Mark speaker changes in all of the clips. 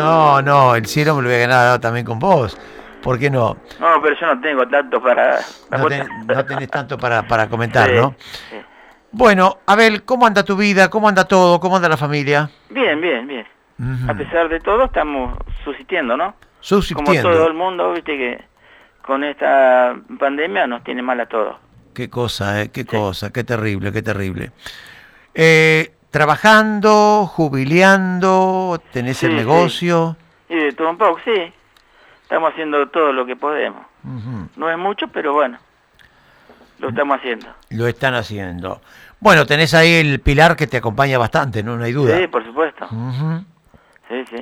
Speaker 1: No, no, el cielo me lo voy a ganar también con vos. ¿Por qué no?
Speaker 2: No, pero yo no tengo tanto para... para
Speaker 1: No, ten-
Speaker 2: contar.
Speaker 1: no tenés tanto para, para comentar, ¿no?
Speaker 2: Sí.
Speaker 1: Bueno, Abel, ¿cómo anda tu vida? ¿Cómo anda todo? ¿Cómo anda la familia?
Speaker 2: Bien, bien, bien.
Speaker 1: Ujú.
Speaker 2: A pesar de todo estamos subsistiendo, ¿no? Como
Speaker 1: Subsistiendo.
Speaker 2: todo el mundo, viste que con esta pandemia nos tiene mal a todos.
Speaker 1: Qué cosa, eh, qué cosa, qué terrible, qué terrible. Eh, trabajando, jubileando, tenés el
Speaker 2: Sí, sí.
Speaker 1: negocio.
Speaker 2: Y de todo un poco, sí. Estamos haciendo todo lo que podemos.
Speaker 1: Ujú,
Speaker 2: No es mucho, pero bueno. Lo estamos haciendo.
Speaker 1: Lo están haciendo. Bueno, tenés ahí el pilar que te acompaña bastante, no, no hay duda.
Speaker 2: Sí, por supuesto.
Speaker 1: Ujú.
Speaker 2: Sí, sí.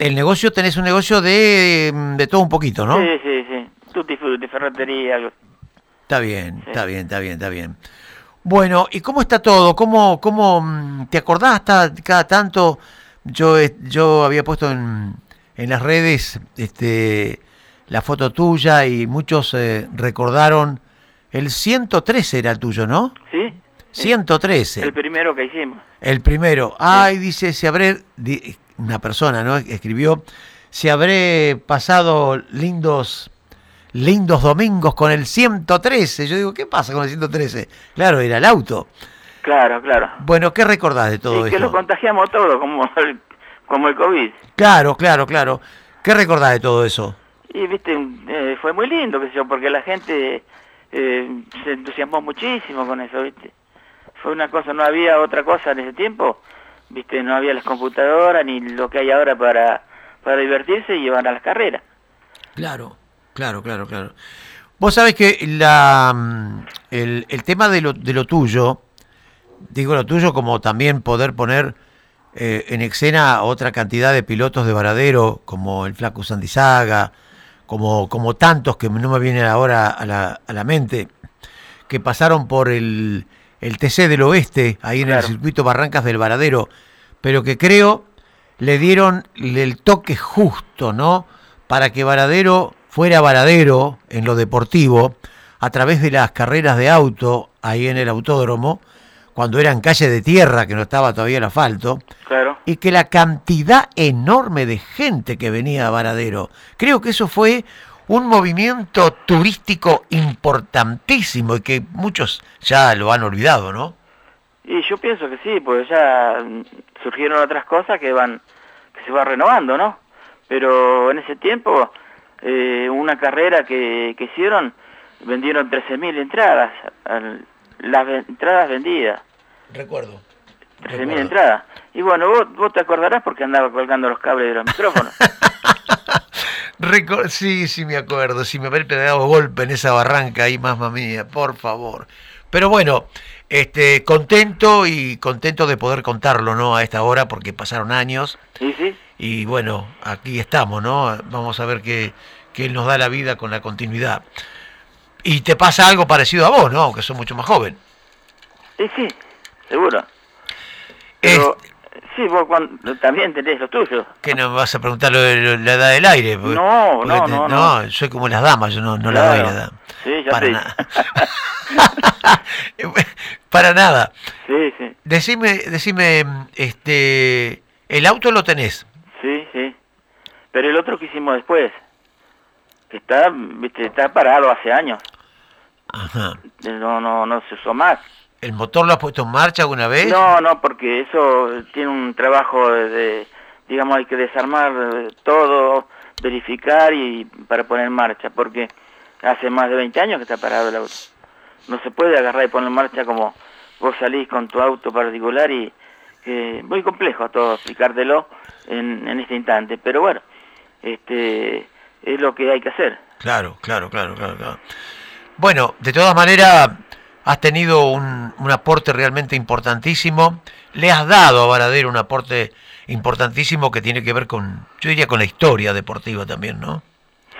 Speaker 1: El negocio, tenés un negocio de, mm, de todo un poquito, ¿no?
Speaker 2: Sí, sí, sí. Tutti frutti, ferretería. algo.
Speaker 1: Está bien,
Speaker 2: Sí.
Speaker 1: está bien, está bien, está bien. Bueno, ¿y cómo está todo? ¿Cómo, cómo mm, te acordás ta- cada tanto? Yo, eh, yo había puesto en, en las redes este, la foto tuya y muchos eh, recordaron. El 113 era el tuyo, ¿no?
Speaker 2: ¿Sí?
Speaker 1: 113.
Speaker 2: El primero que hicimos.
Speaker 1: El primero. Ay, dice, se habré. di- Una persona, ¿no? Escribió. Se habré pasado lindos. Lindos domingos con el 113. Yo digo, ¿qué pasa con el 113? Claro, era el auto.
Speaker 2: Claro, claro.
Speaker 1: Bueno, ¿qué recordás de todo
Speaker 2: y que
Speaker 1: esto?
Speaker 2: lo contagiamos todo, como el, como el COVID.
Speaker 1: Claro, claro, claro. ¿Qué recordás de todo eso?
Speaker 2: Y viste, eh, fue muy lindo, qué sé yo, porque la gente eh, se entusiasmó muchísimo con eso, viste. Fue una cosa, no había otra cosa en ese tiempo, viste, no había las computadoras ni lo que hay ahora para, para divertirse y llevar a las carreras.
Speaker 1: Claro, claro, claro, claro. Vos sabés que la, mm, el, el tema de lo, de lo tuyo, digo lo tuyo como también poder poner eh, en escena otra cantidad de pilotos de varadero, como el Flaco Sandizaga, como, como tantos que no me vienen ahora a la, a la mente, que pasaron por el, el TC del Oeste, ahí en el
Speaker 2: Claro.
Speaker 1: circuito Barrancas del Varadero, pero que creo le dieron el toque justo, ¿no? Para que Varadero fuera Varadero en lo deportivo, a través de las carreras de auto ahí en el autódromo, cuando eran calle de tierra, que no estaba todavía el asfalto,
Speaker 2: Claro.
Speaker 1: y que la cantidad enorme de gente que venía a Varadero, creo que eso fue un movimiento turístico importantísimo y que muchos ya lo han olvidado, ¿no?
Speaker 2: Y yo pienso que sí, porque ya mm, surgieron otras cosas que van, que se va renovando, ¿no? Pero en ese tiempo, eh, una carrera que, que hicieron, vendieron 13.000 entradas, al- las ve- entradas vendidas,
Speaker 1: Recuerdo.
Speaker 2: 13.000 entradas. Y bueno, vos, vos te acordarás porque andaba colgando los cables de los micrófonos.
Speaker 1: Recor- sí, sí me acuerdo, si me haber pegado golpe en esa barranca ahí, mamá mía, por favor. Pero bueno, este, contento y contento de poder contarlo, ¿no? A esta hora, porque pasaron años
Speaker 2: y sí,
Speaker 1: y bueno, aquí estamos, ¿no? Vamos a ver que, que él nos da la vida con la continuidad. Y te pasa algo parecido a vos, ¿no? Que sos mucho más joven.
Speaker 2: y sí, seguro.
Speaker 1: Es- Eh.
Speaker 2: Pero, sí, vos cuando- también tenés los tuyos.
Speaker 1: que no me vas a preguntar lo de lo- la edad del aire. porque-
Speaker 2: No,
Speaker 1: porque
Speaker 2: no,
Speaker 1: te-
Speaker 2: no,
Speaker 1: soy como las damas, yo no, no la doy
Speaker 2: Claro.
Speaker 1: la edad.
Speaker 2: Sí, ya
Speaker 1: Para
Speaker 2: sé.
Speaker 1: nada. Para nada.
Speaker 2: Sí, sí,
Speaker 1: Decime, decime, este, el auto lo tenés.
Speaker 2: sí, sí. Pero el otro que hicimos después, que está, viste, está parado hace años,
Speaker 1: Ajá.
Speaker 2: no, no, no se usó más.
Speaker 1: ¿El motor lo has puesto en marcha alguna vez?
Speaker 2: No, no, porque eso tiene un trabajo de, de, digamos, hay que desarmar eh, todo, verificar y para poner en marcha, porque hace más de 20 años que está parado el auto. No se puede agarrar y poner en marcha como vos salís con tu auto particular y eh, muy complejo todo explicártelo en, en este instante, pero bueno, este es lo que hay que hacer.
Speaker 1: Claro, claro, claro, claro, claro. Bueno, de todas maneras, has tenido un, un aporte realmente importantísimo. Le has dado a Varadero un aporte importantísimo que tiene que ver con, yo diría, con la historia deportiva también, ¿no?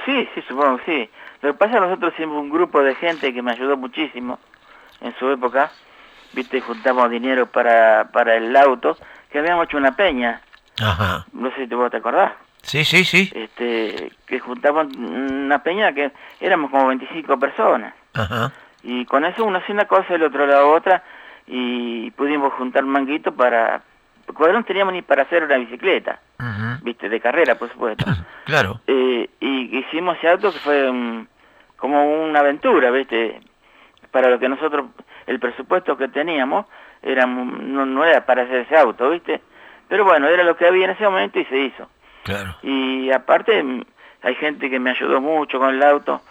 Speaker 2: Sí, sí, supongo que sí. Lo que pasa es que nosotros hicimos un grupo de gente que me ayudó muchísimo en su época. Viste, juntamos dinero para, para el auto, que habíamos hecho una peña,
Speaker 1: Ajá.
Speaker 2: no sé si vos te acordás,
Speaker 1: Sí, sí, sí.
Speaker 2: este, que juntamos una peña que éramos como 25 personas.
Speaker 1: Ajá.
Speaker 2: Y con eso uno hacía una cosa, el otro la otra, y pudimos juntar manguito para... Porque no teníamos ni para hacer una bicicleta.
Speaker 1: Ujú. Ujú.
Speaker 2: viste, de carrera, por supuesto.
Speaker 1: Claro.
Speaker 2: Eh, y hicimos ese auto que fue un- como una aventura, viste, para lo que nosotros, el presupuesto que teníamos, era, mu- no, no era para hacer ese auto, viste, pero bueno, era lo que había en ese momento y se hizo.
Speaker 1: Claro.
Speaker 2: Y aparte, mm, hay gente que me ayudó mucho con el auto,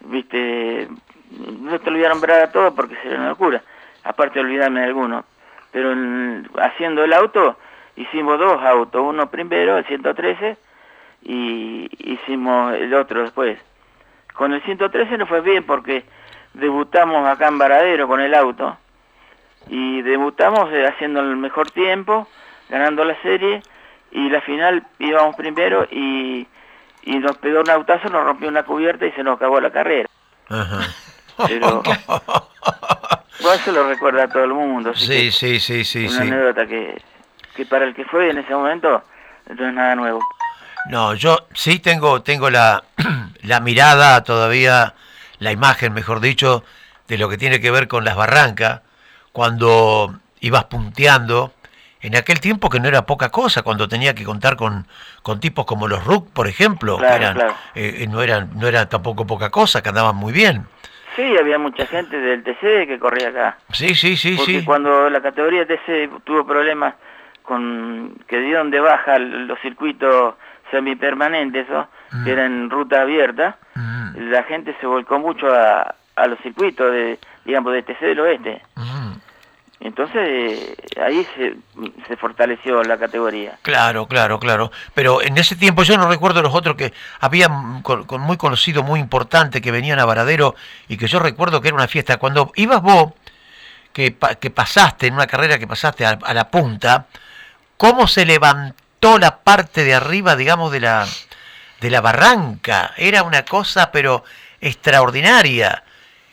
Speaker 2: viste, no te lo voy a nombrar a todos porque sería una locura, aparte olvidarme de alguno, pero en- haciendo el auto hicimos dos autos, uno primero, el 113, y hicimos el otro después. Con el 113 no fue bien porque debutamos acá en Varadero con el auto y debutamos eh, haciendo el mejor tiempo, ganando la serie y la final íbamos primero y, y nos pegó un autazo, nos rompió una cubierta y se nos acabó la carrera.
Speaker 1: Ajá.
Speaker 2: Pero bueno, eso lo recuerda a todo el mundo, así
Speaker 1: Sí, sí,
Speaker 2: que
Speaker 1: sí, sí,
Speaker 2: una
Speaker 1: sí.
Speaker 2: anécdota que, que para el que fue en ese momento no es nada nuevo.
Speaker 1: No, yo sí tengo, tengo la, la mirada todavía, la imagen, mejor dicho, de lo que tiene que ver con las barrancas, cuando ibas punteando, en aquel tiempo que no era poca cosa, cuando tenía que contar con, con tipos como los Rook, por ejemplo, que
Speaker 2: Claro,
Speaker 1: eran,
Speaker 2: claro.
Speaker 1: eh, no eran, no era tampoco poca cosa, que andaban muy bien.
Speaker 2: Sí, había mucha gente del TC que corría acá.
Speaker 1: Sí, sí, sí,
Speaker 2: Porque
Speaker 1: sí.
Speaker 2: cuando la categoría TC tuvo problemas con que dieron de baja l- los circuitos semipermanentes, ¿no?
Speaker 1: Mm.
Speaker 2: que eran ruta abierta,
Speaker 1: Mm,
Speaker 2: la gente se volcó mucho a, a los circuitos de, digamos, de TC del Oeste.
Speaker 1: mm.
Speaker 2: Entonces eh, ahí se, se fortaleció la categoría.
Speaker 1: Claro, claro, claro. Pero en ese tiempo yo no recuerdo los otros que había mm, con, con muy conocido, muy importante, que venían a Varadero y que yo recuerdo que era una fiesta. Cuando ibas vos, que, pa- que pasaste en una carrera que pasaste a, a la punta, ¿cómo se levantó la parte de arriba, digamos, de la, de la barranca? Era una cosa, pero extraordinaria.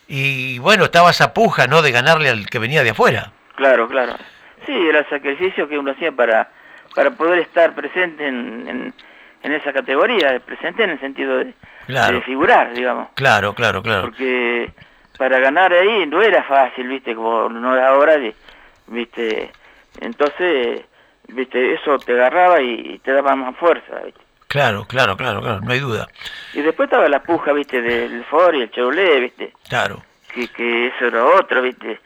Speaker 1: Y bueno, estaba esa puja, ¿no? De ganarle al que venía de afuera.
Speaker 2: Claro, claro. Sí, era el sacrificio que uno hacía para, para poder estar presente en, en- en esa categoría, presente en el sentido de-
Speaker 1: Claro.
Speaker 2: de figurar, digamos.
Speaker 1: Claro, claro, claro.
Speaker 2: porque para ganar ahí no era fácil, viste, como no es ahora, que, viste, entonces, viste, eso te agarraba y, y te daba más fuerza, viste.
Speaker 1: Claro, claro, claro, claro, no hay duda.
Speaker 2: Y después estaba la puja, viste, del Ford y el Chevrolet, viste,
Speaker 1: Claro.
Speaker 2: que, que eso era otro, viste,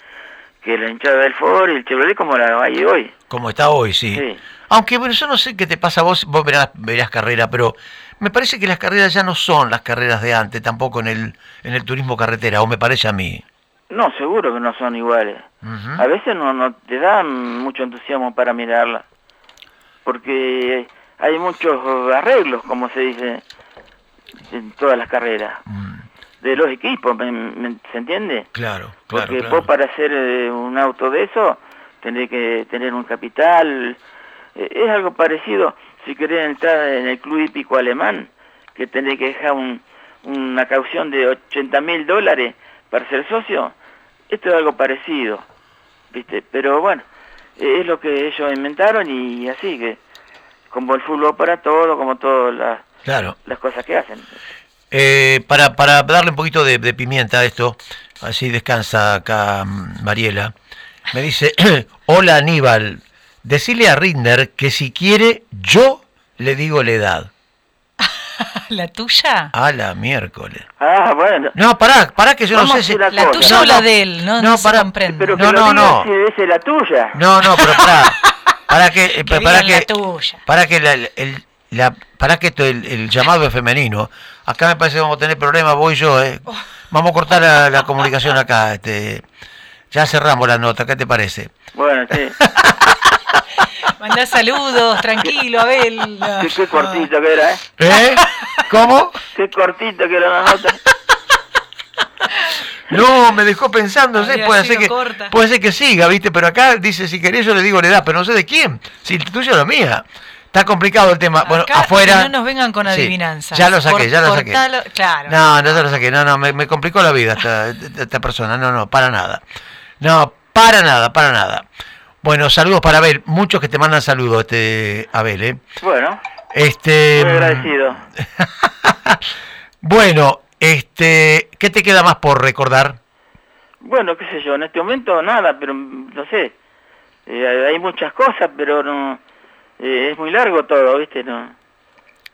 Speaker 2: que la hinchada del Ford y el Chevrolet como la hay hoy.
Speaker 1: Como está hoy, sí.
Speaker 2: Sí.
Speaker 1: Aunque bueno, yo no sé qué te pasa a vos, vos verás, verás carrera, pero me parece que las carreras ya no son las carreras de antes, tampoco en el, en el turismo carretera, o me parece a mí.
Speaker 2: No, seguro que no son iguales.
Speaker 1: Ujú.
Speaker 2: A veces no, no te dan mucho entusiasmo para mirarla, porque hay muchos arreglos, como se dice, en todas las carreras,
Speaker 1: Mm,
Speaker 2: de los equipos, ¿me- me- ¿se entiende?
Speaker 1: Claro, claro.
Speaker 2: porque
Speaker 1: claro.
Speaker 2: vos para hacer eh, un auto de eso, tenés que tener un capital, Eh, es algo parecido, si querés entrar en el club hípico alemán, que tenés que dejar un- una caución de 80 mil dólares para ser socio, esto es algo parecido. ¿viste? Pero bueno, eh, es lo que ellos inventaron y así que, como el fútbol para todo, como todas las,
Speaker 1: Claro.
Speaker 2: las cosas que hacen.
Speaker 1: Eh, para, para darle un poquito de, de pimienta a esto, así descansa acá mm, Mariela, me dice, hola Aníbal, decile a Rinder que si quiere yo le digo la edad.
Speaker 3: ¿La tuya?
Speaker 1: A la miércoles.
Speaker 2: Ah, bueno.
Speaker 1: No, pará, pará que yo no
Speaker 2: Vamos
Speaker 1: sé
Speaker 2: a
Speaker 1: si...
Speaker 2: ir a
Speaker 3: ¿La
Speaker 2: cosa.
Speaker 3: tuya
Speaker 1: No,
Speaker 3: o la
Speaker 1: no.
Speaker 3: de él? No,
Speaker 1: No,
Speaker 3: no, se
Speaker 1: para-
Speaker 3: comprende.
Speaker 2: Pero que
Speaker 1: No, no,
Speaker 2: lo digas
Speaker 1: no.
Speaker 2: si es la tuya.
Speaker 1: No, no, pero pará. Pará que, eh,
Speaker 3: Que
Speaker 1: pará
Speaker 3: digan
Speaker 1: que,
Speaker 3: la tuya.
Speaker 1: pará que la- el, la- pará que esto, el, el llamado es femenino. Acá me parece que vamos a tener problemas, voy yo, eh. Vamos a cortar la, la comunicación acá, este. Ya cerramos la nota, ¿qué te parece?
Speaker 2: Bueno, sí.
Speaker 3: Mandá saludos, tranquilo, Abel. No,
Speaker 2: Qué, qué
Speaker 3: no.
Speaker 2: cortito que era, ¿eh?
Speaker 1: ¿Eh? ¿Cómo?
Speaker 2: Qué cortito que era la nota.
Speaker 1: No, me dejó pensando, sé,
Speaker 3: Habría
Speaker 1: puede ser
Speaker 3: sido
Speaker 1: que
Speaker 3: corta.
Speaker 1: puede ser que siga, ¿viste? Pero acá dice, si querés yo le digo la edad, pero no sé de quién, si el tuyo o la mía. Está complicado el tema. bueno,
Speaker 3: Ah, Acá
Speaker 1: afuera.
Speaker 3: que no nos vengan con
Speaker 1: Sí,
Speaker 3: adivinanzas.
Speaker 1: ya lo saqué,
Speaker 3: Cor-
Speaker 1: ya lo saqué.
Speaker 3: cortalo- claro.
Speaker 1: No, no se lo saqué, no, no, me, me complicó la vida esta, esta persona, no, no, para nada. No, para nada, para nada. Bueno, saludos para Abel, muchos que te mandan saludos, este, Abel, ¿eh?
Speaker 2: Bueno,
Speaker 1: Este,
Speaker 2: muy agradecido.
Speaker 1: Bueno, este, ¿qué te queda más por recordar?
Speaker 2: Bueno, qué sé yo, en este momento nada, pero mm, no sé. Eh, hay muchas cosas, pero no, eh, es muy largo todo, ¿viste? No,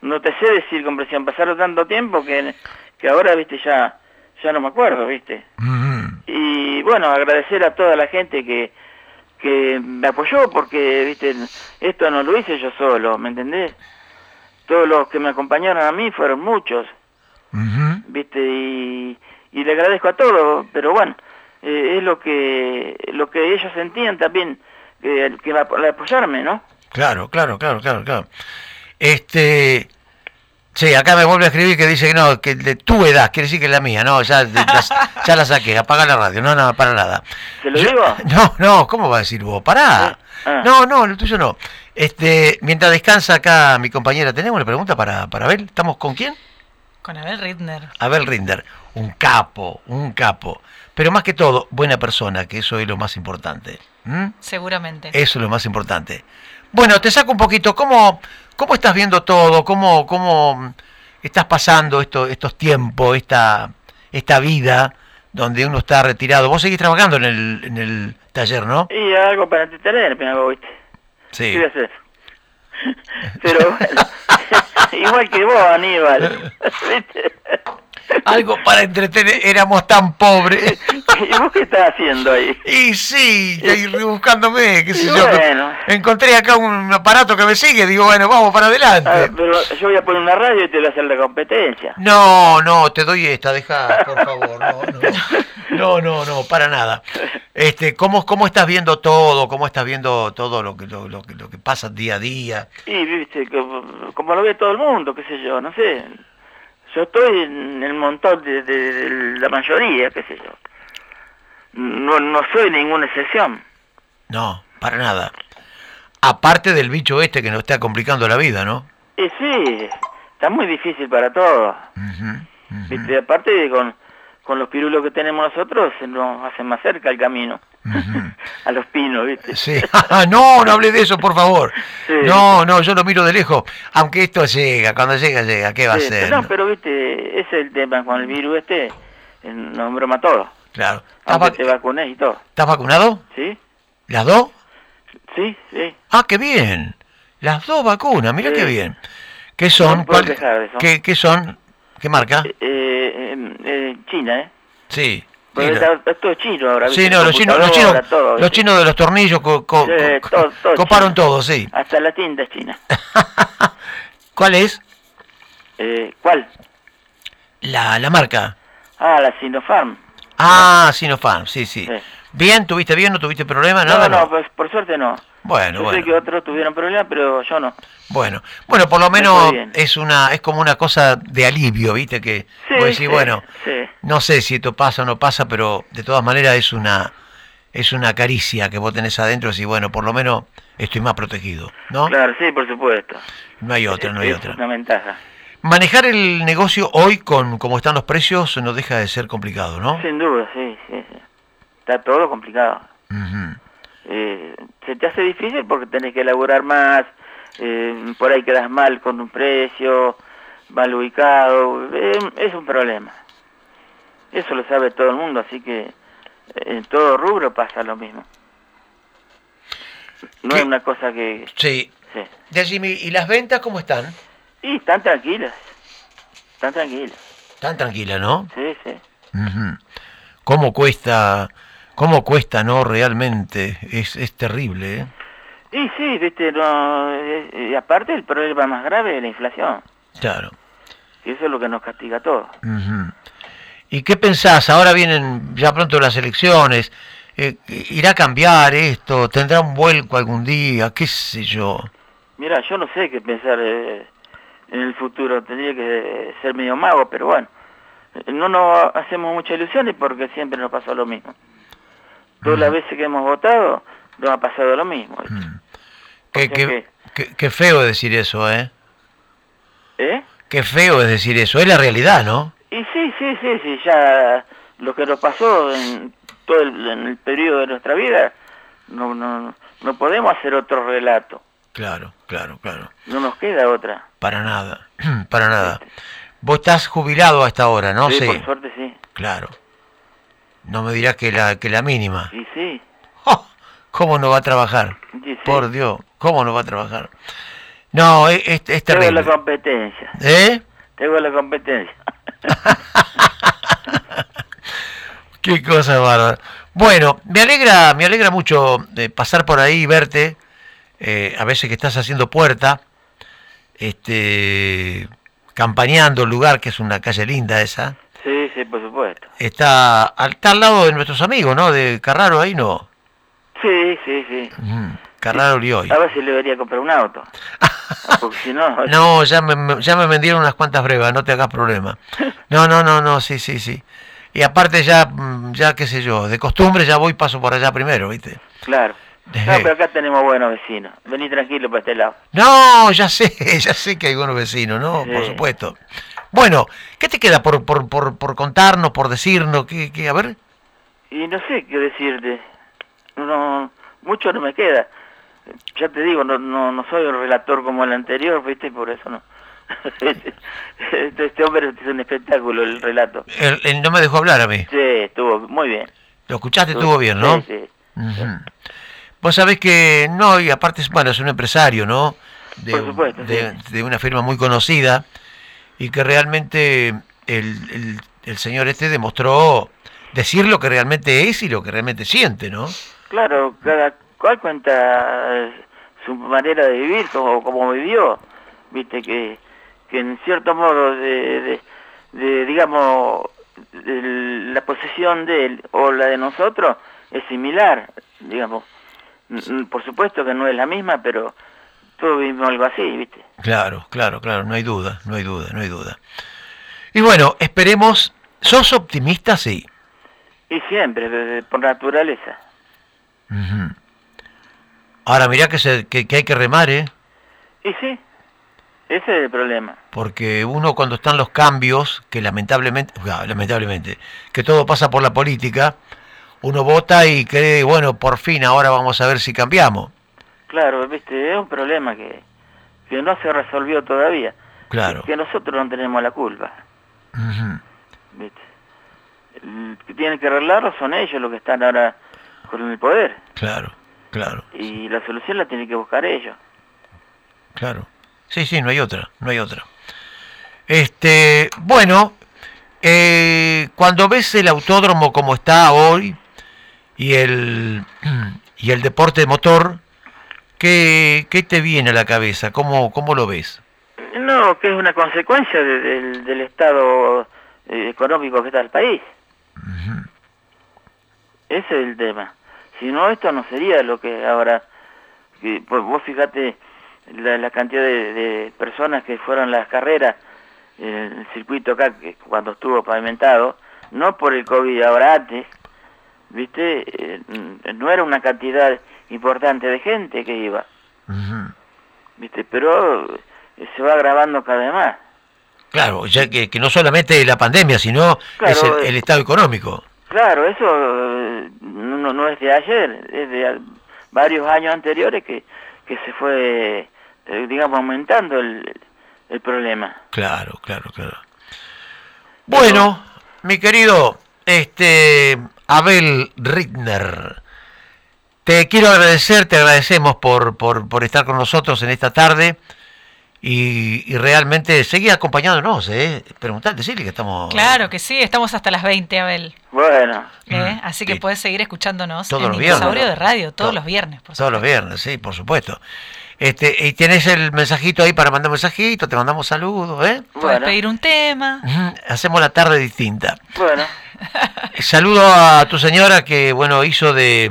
Speaker 2: no te sé decir con precisión, pasaron tanto tiempo que, que ahora, ¿viste? Ya, ya no me acuerdo, ¿viste?
Speaker 1: Ujú.
Speaker 2: Y bueno, agradecer a toda la gente que, que me apoyó porque, ¿viste? Esto no lo hice yo solo, ¿me entendés? Todos los que me acompañaron a mí fueron muchos.
Speaker 1: Ujú.
Speaker 2: viste y, y le agradezco a todos pero bueno eh, es lo que lo que ellos sentían también que, que la- la apoyarme no
Speaker 1: Claro, claro, claro, claro, claro. Este. Sí, acá me vuelve a escribir que dice que no, que de tu edad, quiere decir que es la mía, no, ya, de- la- ya la saqué, apaga la radio, no, no, para nada.
Speaker 2: ¿Se lo
Speaker 1: Yo-
Speaker 2: digo?
Speaker 1: No, no, ¿cómo va a decir vos? Pará.
Speaker 2: Ah.
Speaker 1: No, no, lo tuyo no. Este, mientras descansa acá mi compañera, ¿tenemos una pregunta para, para Abel? ¿Estamos con quién?
Speaker 3: Con Abel Ritner.
Speaker 1: Abel Rinder, un capo, un capo. Pero más que todo, buena persona, que eso es lo más importante. ¿Mm?
Speaker 3: Seguramente.
Speaker 1: Eso es lo más importante. Bueno, te saco un poquito. ¿Cómo, cómo estás viendo todo? ¿Cómo, cómo estás pasando esto, estos tiempos, esta, esta vida donde uno está retirado? Vos seguís trabajando en el, en el taller, ¿no?
Speaker 2: y algo para entretenerme algo viste qué
Speaker 1: Sí.
Speaker 2: voy a hacer pero bueno igual que vos Aníbal ¿Viste?
Speaker 1: Algo para entretener. Éramos tan pobres.
Speaker 2: y vos qué estás haciendo ahí
Speaker 1: Y sí, y rebuscándome, qué sé
Speaker 2: Y
Speaker 1: yo.
Speaker 2: bueno.
Speaker 1: Encontré acá un aparato que me sigue. Digo, bueno, vamos para adelante.
Speaker 2: Ah, pero yo voy a poner una radio y te voy a hacer la competencia
Speaker 1: No, no, te doy esta, deja, por favor. No, no, no, no, no, para nada. Este, ¿cómo, ¿Cómo estás viendo todo? ¿Cómo estás viendo todo lo que, lo, lo que- lo que pasa día a día?
Speaker 2: Y viste, como, como lo ve todo el mundo, qué sé yo, no sé. Yo estoy en el montón de, de- de la mayoría, qué sé yo. No, no soy ninguna excepción.
Speaker 1: No, para nada. Aparte del bicho este que nos está complicando la vida, ¿no?
Speaker 2: Y sí, está muy difícil para todos.
Speaker 1: Ujú, ujú,
Speaker 2: Viste, aparte con, con los pirulos que tenemos nosotros, se nos hacen más cerca el camino.
Speaker 1: ujú.
Speaker 2: A los pinos, viste.
Speaker 1: Sí, no, no hablé de eso, por favor.
Speaker 2: Sí.
Speaker 1: No, no, yo lo miro de lejos. Aunque esto llega, cuando llega, llega, ¿qué va a
Speaker 2: Sí,
Speaker 1: ser?
Speaker 2: no, pero viste, ese es el tema con el virus este, eh, nos broma
Speaker 1: Ah,
Speaker 2: todo.
Speaker 1: Claro. ¿Estás,
Speaker 2: Aunque
Speaker 1: vac-
Speaker 2: te vacunes y todo,
Speaker 1: estás vacunado?
Speaker 2: ¿sí?
Speaker 1: ¿Las dos?
Speaker 2: Sí, sí.
Speaker 1: Ah, qué bien. Las dos vacunas, mira
Speaker 2: Sí.
Speaker 1: qué bien. ¿Qué son?
Speaker 2: No puedo quejar de eso.
Speaker 1: ¿Qué, qué son? ¿Qué marca?
Speaker 2: Eh, eh, eh, China, ¿eh?
Speaker 1: Sí.
Speaker 2: Porque
Speaker 1: sí, lo-
Speaker 2: está, está todo chino ahora.
Speaker 1: sí,
Speaker 2: ¿viste?
Speaker 1: no, los chinos, los, chinos,
Speaker 2: Computadora, todo,
Speaker 1: los
Speaker 2: ¿viste?
Speaker 1: chinos de los tornillos co- co-
Speaker 2: Sí,
Speaker 1: co-
Speaker 2: todo- todo
Speaker 1: coparon
Speaker 2: chino.
Speaker 1: todo, sí.
Speaker 2: Hasta la tinta es china.
Speaker 1: ¿Cuál es
Speaker 2: Eh, ¿Cuál?
Speaker 1: la, la marca?
Speaker 2: Ah, la Sinopharm.
Speaker 1: Ah, Sinopharm, sí, sí.
Speaker 2: Sí.
Speaker 1: ¿Bien? ¿Tuviste bien? ¿No tuviste problema?
Speaker 2: No,
Speaker 1: Ah, Nada,
Speaker 2: no, pues, por suerte no.
Speaker 1: Bueno,
Speaker 2: Yo
Speaker 1: bueno.
Speaker 2: sé que otros tuvieron problemas, pero yo no.
Speaker 1: Bueno, bueno, por lo
Speaker 2: Me
Speaker 1: menos
Speaker 2: fue bien.
Speaker 1: es una es como una cosa de alivio, ¿viste? Que
Speaker 2: Sí,
Speaker 1: vos decís,
Speaker 2: sí,
Speaker 1: bueno,
Speaker 2: sí.
Speaker 1: no sé si esto pasa o no pasa, pero de todas maneras es una es una caricia que vos tenés adentro y bueno, por lo menos estoy más protegido, ¿no?
Speaker 2: Claro, sí, por supuesto.
Speaker 1: No hay otra, no hay
Speaker 2: Es
Speaker 1: otra.
Speaker 2: una ventaja.
Speaker 1: Manejar el negocio hoy con como están los precios no deja de ser complicado, ¿no?
Speaker 2: Sin duda, sí, sí, sí. Está todo complicado.
Speaker 1: Ujú.
Speaker 2: Eh, se te hace difícil porque tenés que elaborar más, eh, por ahí quedas mal con un precio, mal ubicado, eh, es un problema. Eso lo sabe todo el mundo, así que eh, en todo rubro pasa lo mismo. No
Speaker 1: ¿Qué?
Speaker 2: es una cosa que...
Speaker 1: Sí.
Speaker 2: sí.
Speaker 1: Decime, ¿y las ventas cómo están?
Speaker 2: Y están tranquilas, están tranquilas,
Speaker 1: Están tranquilas, ¿no?
Speaker 2: sí, sí.
Speaker 1: Ujú. ¿Cómo cuesta? ¿Cómo cuesta, no? Realmente es, es terrible, ¿eh?
Speaker 2: Y sí, viste, no, eh, eh, aparte el problema más grave es la inflación,
Speaker 1: Claro.
Speaker 2: y eso es lo que nos castiga a todos.
Speaker 1: Ujú. ¿Y qué pensás? Ahora vienen ya pronto las elecciones. eh, ¿Irá a cambiar esto? ¿Tendrá un vuelco algún día? ¿Qué sé yo?
Speaker 2: Mira, yo no sé qué pensar eh, en el futuro, tendría que ser medio mago, pero bueno, no nos hacemos muchas ilusiones porque siempre nos pasó lo mismo. Todas las veces que hemos votado nos ha pasado lo mismo. ¿viste?
Speaker 1: Qué,
Speaker 2: sea
Speaker 1: Mm. qué-
Speaker 2: que-
Speaker 1: qué- qué feo es decir eso, ¿eh?
Speaker 2: ¿Eh?
Speaker 1: Qué feo es decir eso. Es la realidad, ¿no?
Speaker 2: Y sí, sí, sí, sí, ya lo que nos pasó en todo el, en el periodo de nuestra vida, no, no, no podemos hacer otro relato,
Speaker 1: Claro, claro, claro.
Speaker 2: no nos queda otra.
Speaker 1: Para nada, para nada. Vos estás jubilado hasta ahora, ¿no?
Speaker 2: sí, por suerte sí,
Speaker 1: claro. No me dirás que la, que la mínima.
Speaker 2: y sí.
Speaker 1: ¡Oh! ¿Cómo no va a trabajar?
Speaker 2: Sí, sí.
Speaker 1: Por Dios, ¿cómo no va a trabajar? No, es, es- es
Speaker 2: Tengo la
Speaker 1: terrible.
Speaker 2: competencia,
Speaker 1: ¿Eh?
Speaker 2: tengo la competencia.
Speaker 1: Qué cosa bárbara. Bueno, me alegra, me alegra mucho eh, pasar por ahí y verte. eh, a veces que estás haciendo puerta, este, campañando el lugar, que es una calle linda esa.
Speaker 2: Sí, sí, por supuesto.
Speaker 1: Está al, está al lado de nuestros amigos, ¿no? De Carraro ahí, ¿no?
Speaker 2: Sí, sí, sí.
Speaker 1: Mm, Carraro Lioy.
Speaker 2: A ver si le debería comprar un auto. Porque si no,
Speaker 1: No, ya me- me, ya me vendieron unas cuantas brevas, no te hagas problema. No, no, no, no, sí, sí, sí. Y aparte ya, mm, ya qué sé yo, de costumbre ya voy y paso por allá primero, ¿viste?
Speaker 2: claro. No, pero acá tenemos buenos vecinos. Vení tranquilo para este lado.
Speaker 1: No, ya sé, ya sé que hay buenos vecinos, ¿no? Por
Speaker 2: Sí.
Speaker 1: supuesto. Bueno, ¿qué te queda por, por, por, por contarnos, por decirnos? ¿Qué, qué? A ver,
Speaker 2: Y no sé qué decirte. No, mucho no me queda. Ya te digo, no, no, no soy un relator como el anterior, ¿viste? Por eso no. este, este hombre es un espectáculo, el relato.
Speaker 1: él, él no me dejó hablar a mí.
Speaker 2: Sí, estuvo muy bien.
Speaker 1: Lo escuchaste, estuvo bien, ¿no?
Speaker 2: Sí, sí.
Speaker 1: Ujú. Vos sabés que, no, y aparte, es- bueno, es un empresario, ¿no? De,
Speaker 2: Por supuesto,
Speaker 1: de- de una firma muy conocida y que realmente el, el- el señor este demostró decir lo que realmente es y lo que realmente siente, ¿no?
Speaker 2: Claro, cada cual cuenta eh, su manera de vivir, como, como vivió, viste, que, que en cierto modo de, de- de, digamos, el- la posesión de él o la de nosotros es similar, digamos. N- Por supuesto que no es la misma, pero todos vivimos algo así, viste.
Speaker 1: Claro, claro, claro, no hay duda, no hay duda, no hay duda. Y bueno, esperemos, ¿sos optimista? Sí.
Speaker 2: Y siempre, de- de- por naturaleza.
Speaker 1: Ujú. Ahora mirá que, se- que- que hay que remar, ¿eh?
Speaker 2: Y sí, ese es el problema.
Speaker 1: Porque uno cuando están los cambios, que lamentablemente, ah, lamentablemente, que todo pasa por la política, uno vota y cree, bueno, por fin ahora vamos a ver si cambiamos.
Speaker 2: Claro, viste, es un problema que, que no se resolvió todavía.
Speaker 1: Claro.
Speaker 2: Que nosotros no tenemos la culpa,
Speaker 1: Ujú.
Speaker 2: viste. El que tienen que arreglarlo son ellos los que están ahora con el poder.
Speaker 1: Claro, claro,
Speaker 2: Y la solución la tienen que buscar ellos.
Speaker 1: claro. Sí, sí, no hay otra, no hay otra. Este, bueno, eh, cuando ves el autódromo como está hoy y el, y el deporte de motor, ¿qué, qué te viene a la cabeza? ¿Cómo, cómo lo ves?
Speaker 2: No, que es una consecuencia de- del, del estado eh, económico que está el país. Ese es el tema. Si no, esto no sería lo que ahora... que, pues, vos fíjate la, la cantidad de, de personas que fueron a las carreras, eh, el circuito acá, que cuando estuvo pavimentado, no por el COVID, ahora antes, ¿viste? Eh, n- no era una cantidad importante de gente que iba.
Speaker 1: Ujú.
Speaker 2: ¿viste? Pero eh, se va agravando cada vez más.
Speaker 1: Claro, ya que, que no solamente la pandemia, sino
Speaker 2: Claro,
Speaker 1: es el,
Speaker 2: eh.
Speaker 1: el estado económico.
Speaker 2: Claro, eso eh, no, no es de ayer, es de a- varios años anteriores que, que se fue, eh, digamos, aumentando el, el problema.
Speaker 1: Claro, claro, claro. Bueno, mi querido este Abel Rittner, te quiero agradecer, te agradecemos por, por, por estar con nosotros en esta tarde y, y realmente seguí acompañándonos, ¿eh? Preguntad, decirle que estamos...
Speaker 3: Claro que sí, estamos hasta las 20, Abel.
Speaker 2: Bueno,
Speaker 3: ¿eh?
Speaker 1: Mm.
Speaker 3: Así que
Speaker 1: Y-
Speaker 3: puedes seguir escuchándonos
Speaker 1: Todos
Speaker 3: en
Speaker 1: los
Speaker 3: Dinosaurio
Speaker 1: viernes.
Speaker 3: de Radio todos
Speaker 1: To-
Speaker 3: los viernes, por
Speaker 1: Todos los
Speaker 3: supuesto.
Speaker 1: viernes, sí, por supuesto. Este, y tenés el mensajito ahí para mandar mensajito, te mandamos saludos, ¿eh?
Speaker 3: Puedes
Speaker 2: bueno,
Speaker 3: pedir un tema.
Speaker 1: Ujú, Hacemos la tarde distinta.
Speaker 2: bueno,
Speaker 1: Saludo a tu señora que, bueno, hizo de,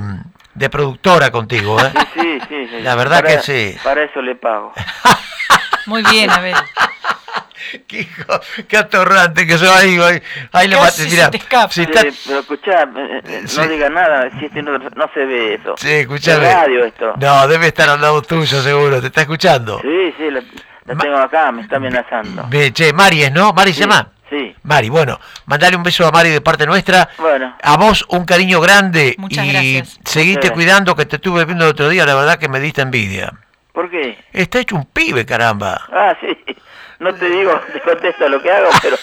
Speaker 1: de productora contigo, ¿eh?
Speaker 2: sí, sí, sí.
Speaker 1: La verdad
Speaker 2: para-
Speaker 1: que sí.
Speaker 2: Para eso le pago.
Speaker 3: Muy bien, Abel.
Speaker 1: qué, hijo, qué atorrante que se va ahí, ahí, ahí lo
Speaker 3: Casi
Speaker 1: maté,
Speaker 3: se
Speaker 1: mirá.
Speaker 3: te escapa.
Speaker 1: Si está-
Speaker 2: Eh, pero escuchá, eh, eh,
Speaker 1: Sí.
Speaker 2: no diga nada, si este no, no se ve eso.
Speaker 1: sí, escuchame.
Speaker 2: Es radio esto.
Speaker 1: No, debe estar al lado tuyo, seguro, te está escuchando.
Speaker 2: Sí, sí, la, la
Speaker 1: Ma-
Speaker 2: tengo acá, me está amenazando.
Speaker 1: Ve, che, Mari es, ¿no? Mari
Speaker 2: Sí,
Speaker 1: se llama.
Speaker 2: Sí,
Speaker 1: Mari, bueno, mandale un beso a Mari de parte nuestra.
Speaker 2: bueno,
Speaker 1: A vos un cariño grande
Speaker 3: Muchas
Speaker 1: y
Speaker 3: gracias.
Speaker 1: seguite
Speaker 2: Muchas gracias.
Speaker 1: cuidando que te estuve viendo el otro día, la verdad que me diste envidia.
Speaker 2: ¿por qué?
Speaker 1: Está hecho un pibe, caramba.
Speaker 2: Ah, sí. No te digo, te contesto lo que hago, pero...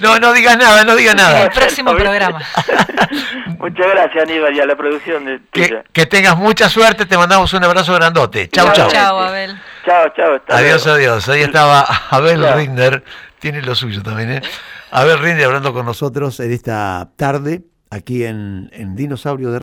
Speaker 1: No, no digas nada, no digas
Speaker 3: En el
Speaker 1: nada.
Speaker 3: próximo
Speaker 2: ¿viste?
Speaker 3: programa.
Speaker 2: Muchas Muchas gracias, Aníbal, y a la producción de
Speaker 1: Que, que tengas mucha suerte, te mandamos un abrazo grandote. Chau, chau.
Speaker 3: Chao, chao, Abel.
Speaker 2: Chao, chao. hasta
Speaker 1: Adiós,
Speaker 2: luego.
Speaker 1: adiós. Ahí estaba Abel
Speaker 2: Chao.
Speaker 1: Rinder, tiene lo suyo también, ¿eh? Abel Rinder hablando con nosotros en esta tarde, aquí en, en Dinosaurio de